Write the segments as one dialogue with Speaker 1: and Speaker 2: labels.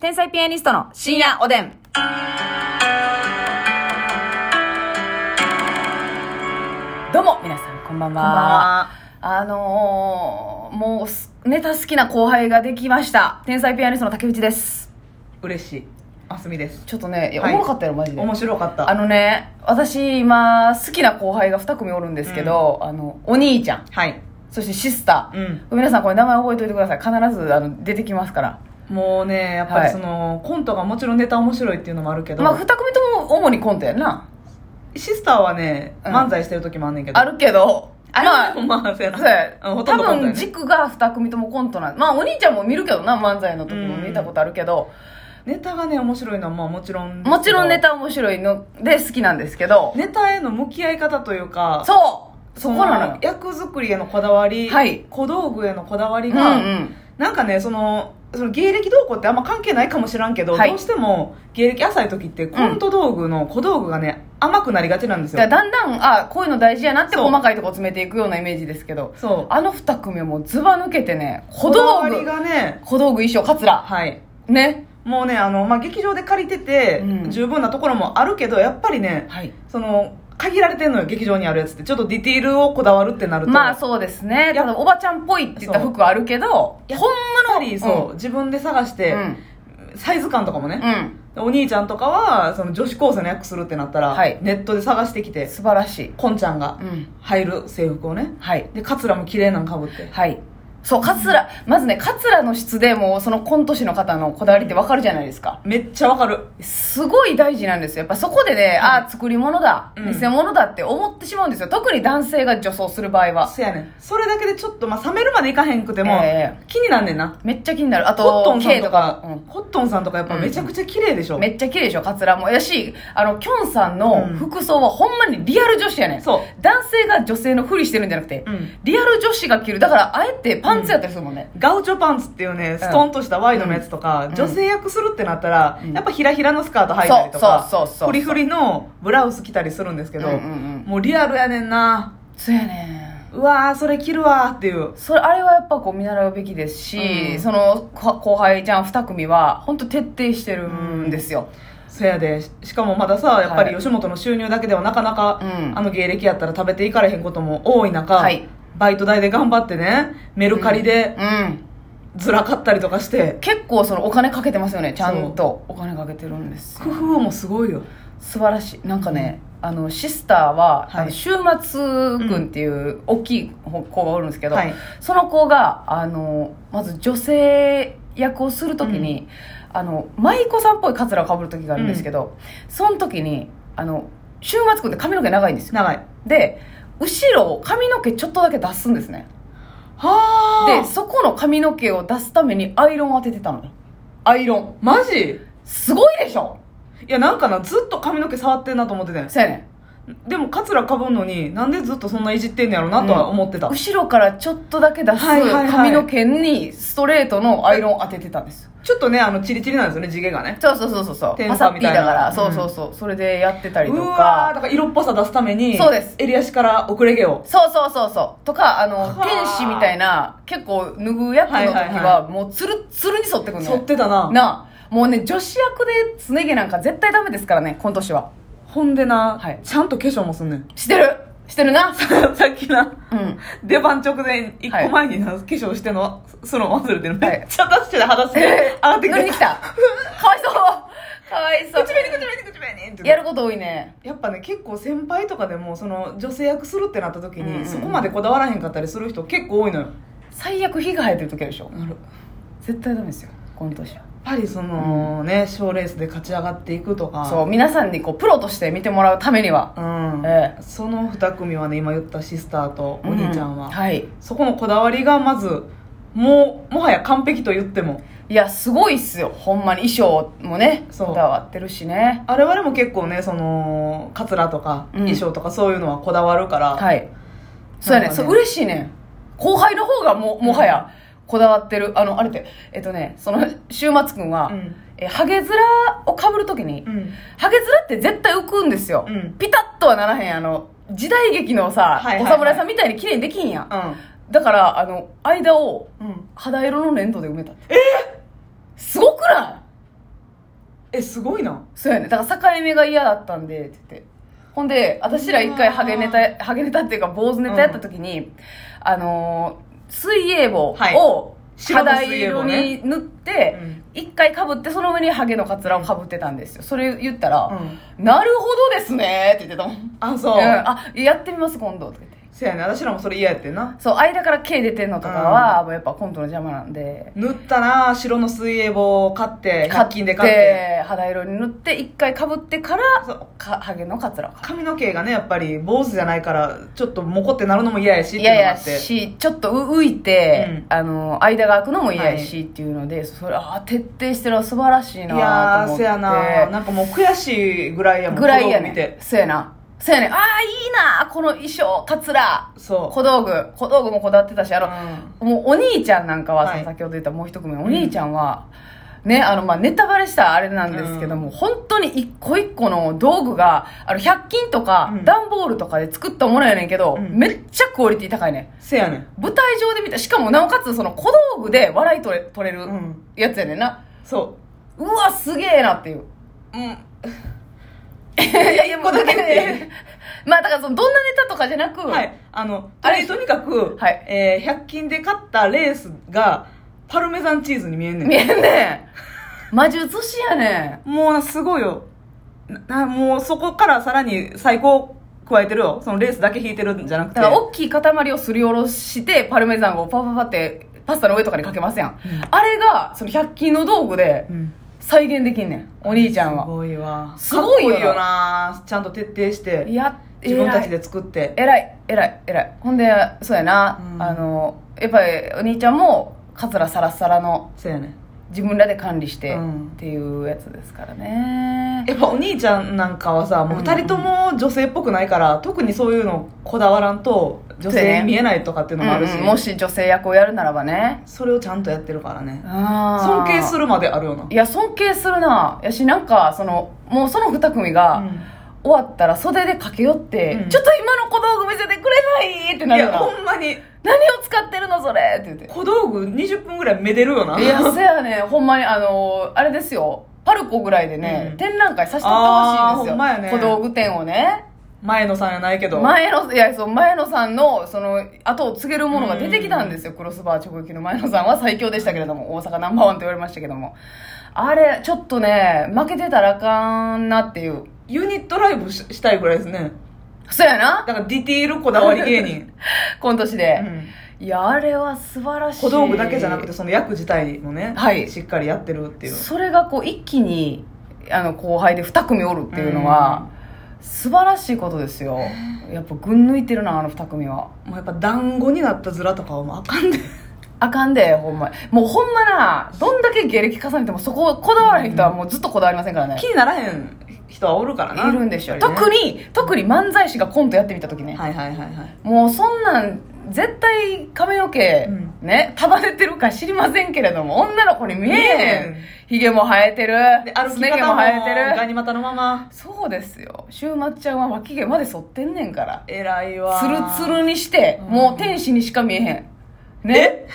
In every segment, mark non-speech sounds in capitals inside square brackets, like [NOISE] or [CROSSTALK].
Speaker 1: 天才ピアニストの深夜おでん。どうも、皆さん、こんばんは。
Speaker 2: こんばんは
Speaker 1: あのー、もうす、ネタ好きな後輩ができました。天才ピアニストの竹内です。
Speaker 2: 嬉しいあすみです
Speaker 1: ちょっとね、いや、
Speaker 2: はい
Speaker 1: おもろかったよ、マジで。
Speaker 2: 面白かった
Speaker 1: あのね、私、今、好きな後輩が2組おるんですけど、あの、お兄ちゃん、
Speaker 2: はい
Speaker 1: そしてシスター。
Speaker 2: うん
Speaker 1: 皆さん、これ名前覚えておいてください。必ず、あの、出てきますから。
Speaker 2: もうねやっぱ
Speaker 1: は
Speaker 2: り
Speaker 1: い
Speaker 2: その、コントがもちろんネタ面白いっていうのもあるけど、
Speaker 1: まあ、2組とも主にコントやんな。
Speaker 2: シスターはね、
Speaker 1: うん
Speaker 2: 漫才してる時もあんねんけど
Speaker 1: あるけど、
Speaker 2: あれ
Speaker 1: まあ
Speaker 2: は、まあそうやな
Speaker 1: そうや
Speaker 2: うんほ
Speaker 1: 多
Speaker 2: とんどコント
Speaker 1: 分
Speaker 2: やね
Speaker 1: 軸が2組ともコントなんまあお兄ちゃんも見るけどな漫才の時も見たことあるけど、
Speaker 2: ネタがね面白いのはまあもちろん
Speaker 1: もちろんネタ面白いので好きなんですけど、
Speaker 2: ネタへの向き合い方というか
Speaker 1: そうそこなのよ
Speaker 2: 役作りへのこだわり、
Speaker 1: はい
Speaker 2: 小道具へのこだわり
Speaker 1: うんう
Speaker 2: が、
Speaker 1: ん
Speaker 2: なんかねそのその芸歴どうこうってあんま関係ないかもしらんけど、
Speaker 1: はい
Speaker 2: どうしても芸歴浅い時ってコント道具の小道具がね、甘くなりがちなんです
Speaker 1: だから
Speaker 2: よ
Speaker 1: だんだんあこういうの大事やなって
Speaker 2: そう
Speaker 1: 細かいとこ詰めていくようなイメージですけど
Speaker 2: そう
Speaker 1: あの2組はもうズバ抜けてね小
Speaker 2: こだ
Speaker 1: 道
Speaker 2: わり
Speaker 1: 具
Speaker 2: がね
Speaker 1: 小道具衣装カツラ
Speaker 2: はい
Speaker 1: ね
Speaker 2: もうねあの、まあ、劇場で借りてて、
Speaker 1: うん
Speaker 2: 十分なところもあるけどやっぱりね
Speaker 1: はい
Speaker 2: その限られてんのよ劇場にあるやつってちょっとディティールをこだわるってなると
Speaker 1: まあそうですねただおばちゃんっぽいって言った
Speaker 2: そう
Speaker 1: 服あるけど
Speaker 2: いや
Speaker 1: ほん
Speaker 2: やっ
Speaker 1: まの
Speaker 2: ぱりそう、自分で探し
Speaker 1: う
Speaker 2: て、
Speaker 1: ん
Speaker 2: サイズ感とかも
Speaker 1: う
Speaker 2: ね、
Speaker 1: ん、
Speaker 2: お兄ちゃんとかはその女子高生の役するってなったら、
Speaker 1: はい
Speaker 2: ネットで探してき
Speaker 1: うん、
Speaker 2: て
Speaker 1: 素晴らしい
Speaker 2: こんちゃんが
Speaker 1: うん
Speaker 2: 入る制服をね
Speaker 1: はい
Speaker 2: でカツラも綺麗なんかぶって
Speaker 1: はい。そう、カツラ、まずね、カツラの質でもう、そのコント師の方のこだわりってわかるじゃないですか。
Speaker 2: めっちゃわかる
Speaker 1: すごい大事なんですよ。やっぱそこでね、ああ、作り物だ、
Speaker 2: うん
Speaker 1: 偽物だって思ってしまうんですよ。特に男性が女装する場合は。
Speaker 2: そやねんそれだけでちょっと、まあ、冷めるまでいかへんくても、
Speaker 1: え
Speaker 2: 気になんねんな
Speaker 1: めっちゃ気になる。あ
Speaker 2: コッ
Speaker 1: と
Speaker 2: ト、ンさん
Speaker 1: K
Speaker 2: と
Speaker 1: と
Speaker 2: か
Speaker 1: かも。うん
Speaker 2: コットンさんとかやっぱめちゃくちゃ綺麗でしょ、
Speaker 1: めっちゃ綺麗でしょ、カツラも。やし、あの、キョンさんの
Speaker 2: うん
Speaker 1: 服装はほんまにリアル女子やねん。
Speaker 2: そう
Speaker 1: 男性が女性のふりしてるんじゃなくて、
Speaker 2: うん
Speaker 1: リアル女子が着る。だから、あえてパンツやったりするもんね。
Speaker 2: ガウチョパンツっていうねストンとしたワイドのやつと
Speaker 1: う
Speaker 2: か、
Speaker 1: ん
Speaker 2: 女性役するってなったら、
Speaker 1: うん
Speaker 2: やっぱひらひらのスカート履いたりとか
Speaker 1: そうそうそうそう
Speaker 2: フリフリのブラウス着たりするんですけど、
Speaker 1: うんうんうん
Speaker 2: もうリアルやねんな
Speaker 1: そうやねん。
Speaker 2: うわーそれ着るわーっていう
Speaker 1: それあれはやっぱこう見習うべきですし、
Speaker 2: うん
Speaker 1: そのこ後輩ちゃん2組は本当徹底してるんですよ、
Speaker 2: せやでししかもまださやっぱり
Speaker 1: はい
Speaker 2: 吉本の収入だけではなかなか、
Speaker 1: うん
Speaker 2: あの芸歴やったら食べていかれへんことも多い中、
Speaker 1: はい
Speaker 2: バイト代で頑張ってねメルカリで
Speaker 1: うん
Speaker 2: ずらかったりとかして、
Speaker 1: 結構そのお金かけてますよねちゃんとお金かけてるんですよ
Speaker 2: 工夫もすごいよ
Speaker 1: 素晴らしいなんかね、あのシスターは、
Speaker 2: はい
Speaker 1: あの週末くんっていう大きい子がおるんですけど、
Speaker 2: はい
Speaker 1: その子があのまず女性役をするときに、あの舞妓さんっぽいカツラをかぶる時があるんですけど、その時にあの週末くんって髪の毛長いんですよ
Speaker 2: 長い
Speaker 1: で後ろを髪の毛ちょっとだけ出すんですねで
Speaker 2: は
Speaker 1: そこの髪の毛を出すためにアイロンを当ててたのよアイロン
Speaker 2: あマジ
Speaker 1: すごいでしょ
Speaker 2: いやなんかなずっと髪の毛触ってんなと思ってて
Speaker 1: そうやねん
Speaker 2: でもカツラかぶんのになんでずっとそんないじってんねやろなとは思ってた、
Speaker 1: 後ろからちょっとだけ出す
Speaker 2: はいはいはい
Speaker 1: 髪の毛にストレートのアイロンを当ててたんですよ
Speaker 2: ちょっとねあのチリチリなんですよね地毛がね
Speaker 1: そうそうそうそうそう
Speaker 2: 天
Speaker 1: パ
Speaker 2: 才
Speaker 1: サッピーだか
Speaker 2: う
Speaker 1: ら
Speaker 2: ん
Speaker 1: そうそうそうそれでやってたり
Speaker 2: う
Speaker 1: と
Speaker 2: わー
Speaker 1: か
Speaker 2: だから色っぽさ出すために
Speaker 1: そうです
Speaker 2: 襟足から遅れ毛を
Speaker 1: そうそうそうそうとかあの
Speaker 2: はあ
Speaker 1: 天使みたいな結構脱ぐ役の時
Speaker 2: はいはい
Speaker 1: はもうつるつるに沿ってくんの
Speaker 2: 剃
Speaker 1: よ
Speaker 2: ってたな
Speaker 1: なあもうね女子役ですね毛なんか絶対ダメですからね今年は
Speaker 2: ほんでな、
Speaker 1: はい
Speaker 2: ちゃんと化粧もすんね [LAUGHS] ん
Speaker 1: してるしてるな
Speaker 2: さっきな
Speaker 1: うん
Speaker 2: 出番直前一
Speaker 1: はい
Speaker 2: 個前にな、化粧してんのするの忘れてる、
Speaker 1: はい
Speaker 2: めっちゃダッシュで裸足
Speaker 1: え
Speaker 2: [LAUGHS] で上がって
Speaker 1: 乗りに
Speaker 2: き
Speaker 1: 来
Speaker 2: て
Speaker 1: たかわいそうかわいそう
Speaker 2: 口紅口紅口紅って
Speaker 1: やること多いね
Speaker 2: やっぱね結構先輩とかでもその女性役するってなった時に、
Speaker 1: うんうんうん
Speaker 2: そこまでこだわらへんかったりする人結構多いのよ
Speaker 1: 最悪火が生えてる時あるでしょ
Speaker 2: なるやっ
Speaker 1: 絶対ダメですよこの年は
Speaker 2: ぱりそのね賞、レースで勝ち上がっていくとか
Speaker 1: そう皆さんにこうプロとして見てもらうためには
Speaker 2: うん
Speaker 1: え
Speaker 2: その2組はね今言ったシスターとお兄ちゃんは、
Speaker 1: うはい
Speaker 2: そこのこだわりがまずもうもはや完璧と言っても
Speaker 1: いやすごいっすよほんまに衣装もね
Speaker 2: そう
Speaker 1: こだわってるしね
Speaker 2: 我々も結構ねそのカツラとか
Speaker 1: うん
Speaker 2: 衣装とかそういうのはこだわるから、
Speaker 1: はいそうやね
Speaker 2: なん
Speaker 1: そ
Speaker 2: かね
Speaker 1: う嬉しいねん後輩の方がももはやこだわってるあのあれってえっとねその週末くんは、
Speaker 2: うん
Speaker 1: えハゲヅラをかぶるときに、
Speaker 2: うん
Speaker 1: ハゲヅラって絶対浮くんですよ、
Speaker 2: うん
Speaker 1: ピタッとはならへんあの時代劇のさ、
Speaker 2: はいはいはい
Speaker 1: お侍さんみたいに綺麗にできんやん
Speaker 2: うん
Speaker 1: だからあの間を
Speaker 2: うん
Speaker 1: 肌色の粘土で埋めたえすごくない
Speaker 2: えすごいな
Speaker 1: そうやね。だから境目が嫌だったんで、って言って。ほんで、私ら一回ハゲネタ、ハゲネタっていうか坊主ネタやった時に、あのー水泳帽
Speaker 2: はい
Speaker 1: を
Speaker 2: 白の
Speaker 1: 肌
Speaker 2: 水泳
Speaker 1: 色
Speaker 2: 帽ね
Speaker 1: に塗って
Speaker 2: うん、
Speaker 1: 一、回被って、その上にハゲのカツラを被ってたんですよ。それ言ったら、
Speaker 2: うん
Speaker 1: なるほどですねって言ってたもん。うん
Speaker 2: あそう、
Speaker 1: あ、やってみます今度って言って。
Speaker 2: せやね私らもそれ嫌やってんな
Speaker 1: そう、間から毛出てんのとかは、もうやっぱコントの邪魔なんで。
Speaker 2: 塗ったな白の水泳帽を買って100均で買
Speaker 1: 買っ
Speaker 2: っ
Speaker 1: てて、肌色に塗って、一回被ってから、
Speaker 2: そう
Speaker 1: かハゲのカツラを被って
Speaker 2: 髪の毛がねやっぱり坊主じゃないからちょっとモコってなるのも嫌やし
Speaker 1: い
Speaker 2: っていうの
Speaker 1: やい
Speaker 2: もあ
Speaker 1: や
Speaker 2: って
Speaker 1: しちょっとう浮いて、あの間が空くのも嫌やし、っていうのでそれあー徹底してるの素晴らしい
Speaker 2: いや
Speaker 1: なと思
Speaker 2: ー
Speaker 1: って
Speaker 2: せやななんかもう悔しいぐらいやもん
Speaker 1: ぐらいや
Speaker 2: 小道具見
Speaker 1: ね
Speaker 2: て
Speaker 1: そうやなそうやねああいいなこの衣装カツラ
Speaker 2: そう
Speaker 1: 小道具小道具もこだわってたしあの、
Speaker 2: う
Speaker 1: もうお兄ちゃんなんかは、
Speaker 2: は
Speaker 1: そ
Speaker 2: い
Speaker 1: の先ほど言ったもう一組のお兄ちゃんは、ね、あの、まあ、ネタバレしたらあれなんですけども、本当に一個一個の道具が、あの、100均とか
Speaker 2: うん、
Speaker 1: 段ボールとかで作ったものやねんけど、
Speaker 2: うん
Speaker 1: めっちゃクオリティ高いねん。
Speaker 2: んせやねん
Speaker 1: 舞台上で見たしかもなおかつその小道具で笑い取れ取れる
Speaker 2: うん
Speaker 1: やつやねんな、
Speaker 2: そう
Speaker 1: わすげえなっていう
Speaker 2: [LAUGHS] うん
Speaker 1: いやいやもう
Speaker 2: 小道具って
Speaker 1: ね [LAUGHS] まあだからそのどんなネタとかじゃなく、
Speaker 2: はい。あの、
Speaker 1: あ
Speaker 2: あ
Speaker 1: れ
Speaker 2: れ、とにかく、
Speaker 1: はい
Speaker 2: えー、100均で買ったレースが、パルメザンチーズに見えんね
Speaker 1: 見えんねん魔術師やね
Speaker 2: ん。もうな、すごいよ。な、なもうそこからさらに最高加えてるよ。そのレースだけ引いてるんじゃなく
Speaker 1: ん
Speaker 2: て。
Speaker 1: だから大きい塊をすりおろしてパルメザンをパパパってパスタの上とかにかけますやん、
Speaker 2: うん
Speaker 1: あれがその100均の道具で
Speaker 2: うん
Speaker 1: 再現できんねんお兄ちゃん
Speaker 2: す
Speaker 1: は
Speaker 2: ごいわ。
Speaker 1: すごいよな
Speaker 2: かっこよな。ちゃんと徹底して、
Speaker 1: やっ
Speaker 2: 自分た
Speaker 1: 偉
Speaker 2: ち
Speaker 1: い
Speaker 2: で作って。
Speaker 1: 偉い偉い偉いほんでそうやな、
Speaker 2: うん
Speaker 1: あのやっぱりお兄ちゃんもカツラサラサラの
Speaker 2: そうやね。
Speaker 1: 自分らで管理して
Speaker 2: うん
Speaker 1: っていうやつですからね、
Speaker 2: やっぱお兄ちゃんなんかはさ、もう二人とも女性っぽくないから、特にそういうのこだわらんと、女性に見えないとかっていうのもあるし、
Speaker 1: うんうんもし女性役をやるならばね
Speaker 2: それをちゃんとやってるからね。
Speaker 1: 尊
Speaker 2: 尊敬す
Speaker 1: る
Speaker 2: るまであるよな。
Speaker 1: いや尊敬するなやしなんかそのもうその2組が終わったら袖で駆け寄って、
Speaker 2: うん
Speaker 1: ちょっと今の小道具見せてくれないってないるよ
Speaker 2: や、
Speaker 1: な
Speaker 2: ほんまに、
Speaker 1: 何を使ってるのそれって言って
Speaker 2: 小道具20分ぐらいめでるよな。
Speaker 1: いや、せやね、ほんまに、あの、あれですよ。パルコぐらいでね、
Speaker 2: うん
Speaker 1: 展覧会させてってほしいんですよ。
Speaker 2: あーほんまやね
Speaker 1: 小道具店をね。
Speaker 2: 前野さんやないけど。
Speaker 1: 前野、いや、そう、前野さんの、その、後を告げるものが出てきたんですよ。クロスバー直撃の前野さんは最強でしたけれども、大阪ナンバーワンと言われましたけども。あれ、ちょっとね、負けてたらあかんなっていう。
Speaker 2: ユニットライブししたいぐらいですね。
Speaker 1: そうやな、
Speaker 2: だからディティールこだわり
Speaker 1: [LAUGHS]
Speaker 2: 芸人。
Speaker 1: 今年で
Speaker 2: う。ん
Speaker 1: いや、あれは素晴らしい。
Speaker 2: 小道具だけじゃなくて、その役自体もね、
Speaker 1: はい
Speaker 2: しっかりやってるっていう。
Speaker 1: それがこう一気にあの後輩で2組おるっていうのは、素晴らしいことですよやっぱ群抜いてるなあの2組は
Speaker 2: もうやっぱ団子になったズラとかはもうあかんで。
Speaker 1: あかんでほんまもうほんまなどんだけ芸歴重ねてもそこをこだわらへん人はもうずっとこだわりませんからね
Speaker 2: 気にならへん人はおるからな。
Speaker 1: いるんでしょ
Speaker 2: やっぱりね
Speaker 1: 特に特に漫才師がコントやってみた時ね、
Speaker 2: はいはいはいはい。
Speaker 1: もうそんなん絶対髪の毛、
Speaker 2: うん
Speaker 1: ね束ねてるか知りませんけれども女の子に見えへん
Speaker 2: 見えへん
Speaker 1: ひげも生えてる
Speaker 2: で、歩
Speaker 1: す
Speaker 2: き
Speaker 1: ね毛
Speaker 2: 方
Speaker 1: も
Speaker 2: も
Speaker 1: 生えてる
Speaker 2: ガニ股のまま。
Speaker 1: そうですよ週末ちゃんは脇毛まで剃ってんねんから
Speaker 2: 偉いわ。
Speaker 1: ツルツルにして
Speaker 2: うん
Speaker 1: もう天使にしか見えへんね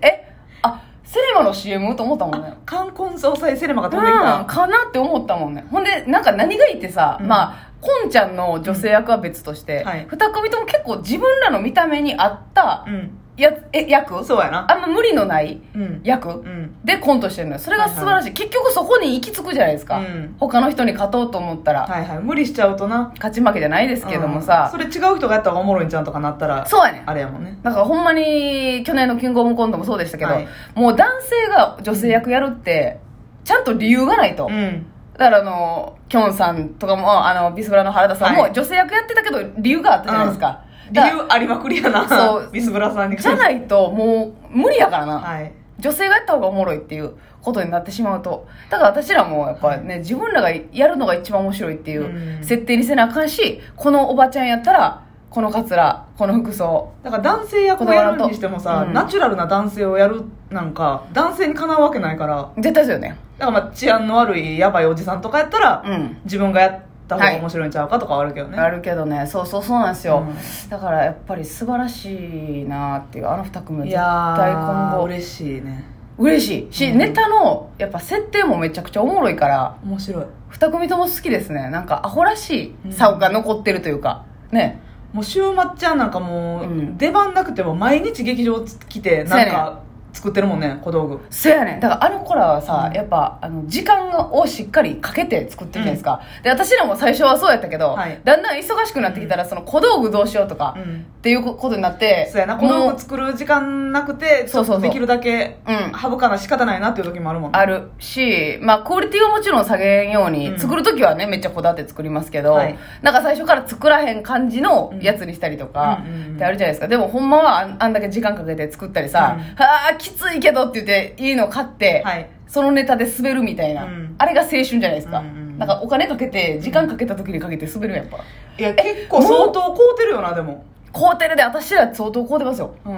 Speaker 1: えあセレマの CM と思ったもんね
Speaker 2: 冠婚葬祭セレマが
Speaker 1: う
Speaker 2: 飛
Speaker 1: ん
Speaker 2: んできた。
Speaker 1: かなって思ったもんねほんでなんか何がいいってさ、
Speaker 2: うん
Speaker 1: まあこんちゃんの女性役は別として、
Speaker 2: うんはい
Speaker 1: 二組とも結構自分らの見た目に合った
Speaker 2: うん。
Speaker 1: や、え役
Speaker 2: そうやな。
Speaker 1: あんま無理のない
Speaker 2: うん。
Speaker 1: 役、
Speaker 2: うん。
Speaker 1: でコントしてるのよそれが素晴らしい、結局そこに行き着くじゃないですか、
Speaker 2: うん
Speaker 1: 他の人に勝とうと思ったら、
Speaker 2: はいはい。無理しちゃうとな。
Speaker 1: 勝ち負けじゃないですけれどもさ
Speaker 2: うん、それ違う人がやった方がおもろいんちゃうんとかなったら、
Speaker 1: そうやねん
Speaker 2: あれやもんね。
Speaker 1: だからほんまに去年のキングオブコントもそうでしたけど、
Speaker 2: はい
Speaker 1: もう男性が女性役やるってちゃんと理由がないと、だ
Speaker 2: ん。
Speaker 1: からあのきょんさんとかもあのビスブラの原田さんも
Speaker 2: はい
Speaker 1: 女性役やってたけど理由があったじゃないですか、
Speaker 2: 理
Speaker 1: だから
Speaker 2: 由ありまくりやな。
Speaker 1: そう
Speaker 2: [LAUGHS] ビスブラさんに
Speaker 1: じゃ
Speaker 2: い。
Speaker 1: ないともう無理やからな、
Speaker 2: はい。
Speaker 1: 女性がやった方がおもろいっていうことになってしまうとだから私らもやっぱね、自分らがやるのが一番面白いっていう
Speaker 2: うん
Speaker 1: 設定にせなあかんしこのおばちゃんやったらこのカツラこの服装
Speaker 2: だから男性役をやるにしてもさ、
Speaker 1: うん
Speaker 2: ナチュラルな男性をやるなんか、男性にかなうわけないから、
Speaker 1: 絶対そうよね
Speaker 2: だからまあ治安の悪いやばいおじさんとかやったら、
Speaker 1: うん
Speaker 2: 自分がやった方が面白いんちゃうかとかはあるけどね。
Speaker 1: あるけどねそうそうそうなんですよ、
Speaker 2: う
Speaker 1: だからやっぱり素晴らしいなっていうあの二組はい絶
Speaker 2: やー、
Speaker 1: 対今後
Speaker 2: 嬉しいね。
Speaker 1: 嬉しいし、
Speaker 2: うん
Speaker 1: ネタのやっぱ設定もめちゃくちゃおもろいから
Speaker 2: 面白い
Speaker 1: 二組とも好きですねなんかアホらしい差が残ってるというか、ね
Speaker 2: もう週末ちゃんなんかもう、
Speaker 1: うん
Speaker 2: 出番なくても毎日劇場来て
Speaker 1: そうやね
Speaker 2: なんか作ってるもんね小道具
Speaker 1: そうやねんだからあの子らはさ、
Speaker 2: うん
Speaker 1: やっぱあの時間をしっかりかけて作ってるじゃないですか、で私らも最初はそうやったけど、
Speaker 2: はい
Speaker 1: だんだん忙しくなってきたら、その小道具どうしようとか、
Speaker 2: う
Speaker 1: っ
Speaker 2: ん
Speaker 1: ていうことになって
Speaker 2: そうやな
Speaker 1: も
Speaker 2: 小道具作る時間なくて
Speaker 1: そうそうそう
Speaker 2: ちょっとできるだけ
Speaker 1: うん
Speaker 2: 省かな仕方ないなっていう時もあるもんね
Speaker 1: あるし、まあ、クオリティはもちろん下げんように、
Speaker 2: うん
Speaker 1: 作る時はねめっちゃこだわって作りますけど、
Speaker 2: はい
Speaker 1: なんか最初から作らへん感じのやつにしたりとか
Speaker 2: うんうんうんうん
Speaker 1: ってあるじゃないですかでもほんまはあんあんだけ時間かけて作ったりさ
Speaker 2: うん
Speaker 1: 「ああきついけど」って言っていいの買って、
Speaker 2: はい
Speaker 1: そのネタで滑るみたいな、
Speaker 2: うん
Speaker 1: あれが青春じゃないですか、
Speaker 2: うんうんうん
Speaker 1: なんかお金かけて時間かけた時にかけて滑るやっぱ
Speaker 2: いや結構相当買うてるよなでも
Speaker 1: 買うてるで私ら相当買うてますよ
Speaker 2: う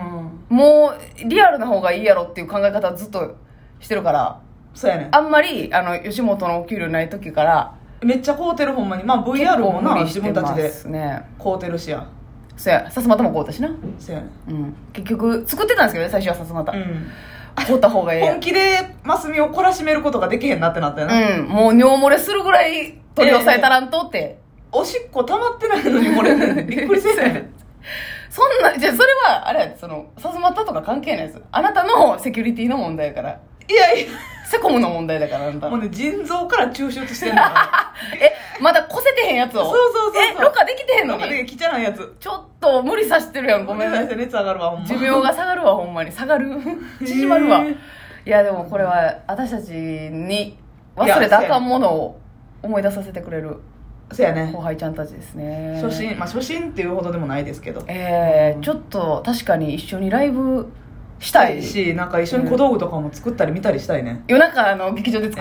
Speaker 2: ん
Speaker 1: もうリアルな方がいいやろっていう考え方ずっとしてるから
Speaker 2: そうやね
Speaker 1: あんまりあの吉本のお給料ない時から
Speaker 2: めっちゃ買うてるほんまにまあ VR
Speaker 1: 結
Speaker 2: も
Speaker 1: 構無
Speaker 2: な
Speaker 1: 理し
Speaker 2: 自
Speaker 1: て
Speaker 2: 分たち
Speaker 1: ま
Speaker 2: です
Speaker 1: ね
Speaker 2: 買うてるしや
Speaker 1: そうやさすまたも買うたしな、
Speaker 2: そうやね
Speaker 1: うん、結局作ってたんですけどね最初はさすまた、
Speaker 2: うん
Speaker 1: 買うた方がええや
Speaker 2: 本気でマスミを懲らしめることができへんなってなったよな、
Speaker 1: んうんもう尿漏れするぐらい取り押さえたらんとって、
Speaker 2: おしっこ溜まってないのに漏れてるびっくりせえへん
Speaker 1: そんな、じゃあそれは、あれやその、さすまたとか関係ないです。あなたのセキュリティの問題やから。
Speaker 2: いやい
Speaker 1: セコムの問題だから、あなた
Speaker 2: やもう
Speaker 1: の。
Speaker 2: ね腎臓から抽出してん
Speaker 1: [LAUGHS]
Speaker 2: だから
Speaker 1: え、まだこせてへんやつを。
Speaker 2: そうそうそうそう
Speaker 1: え、ろ過できてへんの
Speaker 2: なんかで
Speaker 1: に。
Speaker 2: きちゃないやつ
Speaker 1: ちょっと無理さしてるやん、ご
Speaker 2: ご
Speaker 1: め
Speaker 2: め
Speaker 1: ん
Speaker 2: ん
Speaker 1: な
Speaker 2: な
Speaker 1: さ
Speaker 2: さ
Speaker 1: い。
Speaker 2: い熱上がるわほん
Speaker 1: [LAUGHS]
Speaker 2: ま
Speaker 1: 寿命が下がるわ、ほんまに。下がる。縮まるわ。
Speaker 2: へ
Speaker 1: い
Speaker 2: ー
Speaker 1: や、でもこれは、私たちに忘れたあかんものを思い出させてくれる
Speaker 2: そうやね
Speaker 1: 後輩ちゃんたちですね。
Speaker 2: 初心まあ初心っていうほどでもないですけど
Speaker 1: えー、ちょっと確かに一緒にライブしたい。
Speaker 2: しなんか一緒に小道具とかも作ったり見たりしたいね
Speaker 1: 夜中、あの、劇場で作